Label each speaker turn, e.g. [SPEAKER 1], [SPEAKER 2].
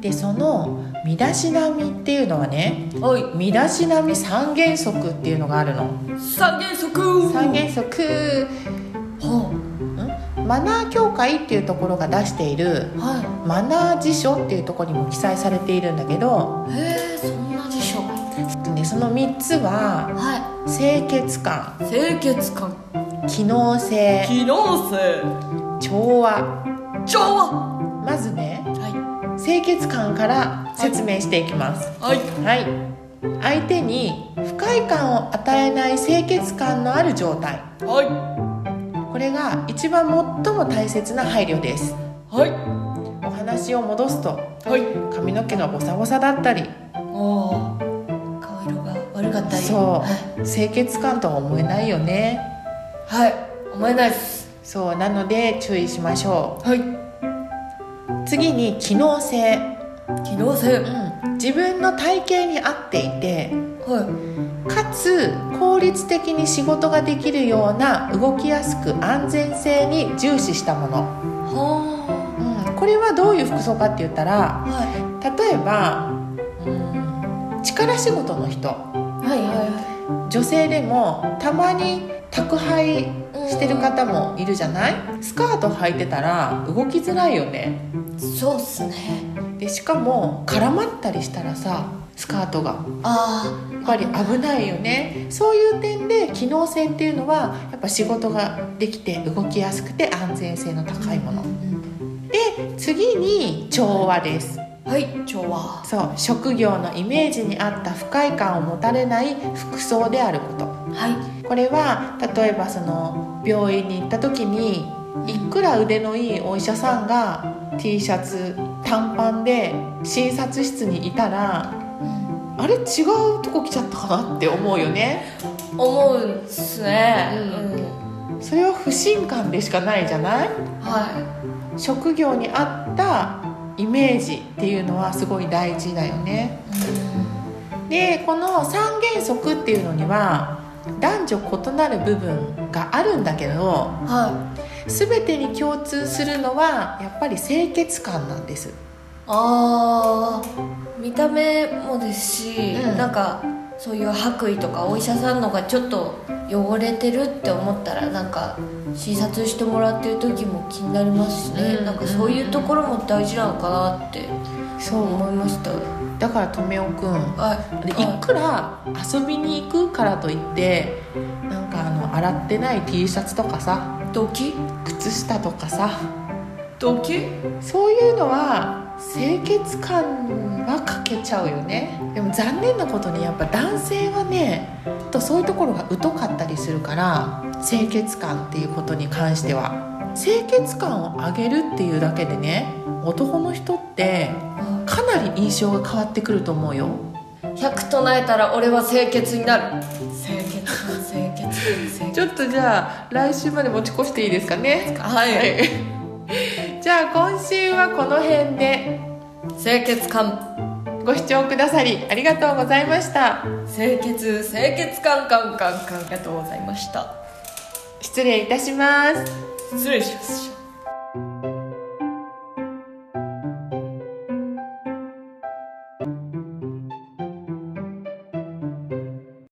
[SPEAKER 1] でその身だしなみっていうのはね
[SPEAKER 2] はい
[SPEAKER 1] 身だしなみ三原則っていうのがあるの
[SPEAKER 2] 三原則
[SPEAKER 1] 三原則
[SPEAKER 2] は
[SPEAKER 1] んマナー協会っていうところが出している
[SPEAKER 2] あは
[SPEAKER 1] マナー辞書っていうところにも記載されているんだけど
[SPEAKER 2] いへえそんな辞書は
[SPEAKER 1] でその3つは清潔感
[SPEAKER 2] い清潔感
[SPEAKER 1] 機能性
[SPEAKER 2] 機能性
[SPEAKER 1] 調和
[SPEAKER 2] 調和
[SPEAKER 1] まずね
[SPEAKER 2] は
[SPEAKER 1] 清潔感から説明していきます
[SPEAKER 2] はい
[SPEAKER 1] はい相手に不快感を与えない清潔感のある状態
[SPEAKER 2] いは
[SPEAKER 1] これが一番最も大切な配慮です
[SPEAKER 2] いはい
[SPEAKER 1] お話を戻すと
[SPEAKER 2] はい
[SPEAKER 1] 髪の毛がボサボサだったり
[SPEAKER 2] おー顔色が悪かったり
[SPEAKER 1] そ
[SPEAKER 2] はいう
[SPEAKER 1] 清潔感とは思えないよね
[SPEAKER 2] はい思えないです
[SPEAKER 1] そうなので注意しましょ
[SPEAKER 2] はい
[SPEAKER 1] う次に機能性、
[SPEAKER 2] 機能性は
[SPEAKER 1] うん、自分の体型に合っていて
[SPEAKER 2] い
[SPEAKER 1] かつ効率的に仕事ができるような動きやすく安全性に重視したもの、
[SPEAKER 2] は
[SPEAKER 1] うん、これはどういう服装かって言ったら
[SPEAKER 2] あは
[SPEAKER 1] 例えばうん力仕事の人
[SPEAKER 2] いはいはいは
[SPEAKER 1] 女性でもたまに宅配してる方もいるじゃないスカート履いてたら動きづらいよね
[SPEAKER 2] いそうっすね
[SPEAKER 1] でしかも絡まったりしたらさスカートが
[SPEAKER 2] ああ
[SPEAKER 1] やっぱり危ないよねそういう点で機能性っていうのはやっぱ仕事ができて動きやすくて安全性の高いもので次に調和です
[SPEAKER 2] はい調和
[SPEAKER 1] そう職業のイメージに合った不快感を持たれない服装であること
[SPEAKER 2] はい
[SPEAKER 1] これは例えばその病院に行った時にいくら腕のいいお医者さんが T シャツ短パンで診察室にいたらあれ違うとこ来ちゃったかなって思うよね
[SPEAKER 2] 思うんすね
[SPEAKER 1] うん
[SPEAKER 2] うん
[SPEAKER 1] それは不信感でしかないじゃない
[SPEAKER 2] は
[SPEAKER 1] 職業に合ったイメージっていうのはすごい大事だよね
[SPEAKER 2] い
[SPEAKER 1] でこの三原則っていうのには男女異なる部分があるんだけど
[SPEAKER 2] はい
[SPEAKER 1] 全てに共通するのはやっぱり清潔感なんです
[SPEAKER 2] あー見た目もですし、
[SPEAKER 1] うん
[SPEAKER 2] なんかそういう白衣とかお医者さんのがちょっと汚れてるって思ったらなんか診察してもらってる時も気になりますしね、
[SPEAKER 1] うん
[SPEAKER 2] なんかそういうところも大事なのかなって
[SPEAKER 1] そ
[SPEAKER 2] 思いました、
[SPEAKER 1] うだから留雄くん
[SPEAKER 2] はい
[SPEAKER 1] でいくら遊びに行くからといってなんかあの洗ってない T シャツとかさ
[SPEAKER 2] ドキ
[SPEAKER 1] 靴下とかさ
[SPEAKER 2] ドキ
[SPEAKER 1] そういうのは清潔感は欠けちゃうよねでも残念なことにやっぱ男性はねちょっとそういうところが疎かったりするから清潔感っていうことに関しては清潔感を上げるっていうだけでね男の人って
[SPEAKER 2] あ
[SPEAKER 1] かなり印象が変わってくると思うよ
[SPEAKER 2] 100唱えたら俺は清潔になる清潔清潔清潔
[SPEAKER 1] ちょっとじゃあ来週まで持ち越していいですかね
[SPEAKER 2] はい、
[SPEAKER 1] はいじゃあ今週はこの辺で
[SPEAKER 2] 清潔感
[SPEAKER 1] ご視聴くださりありがとうございました
[SPEAKER 2] 清潔清潔感感感感ありがとうございました
[SPEAKER 1] 失礼いたします
[SPEAKER 2] 失礼します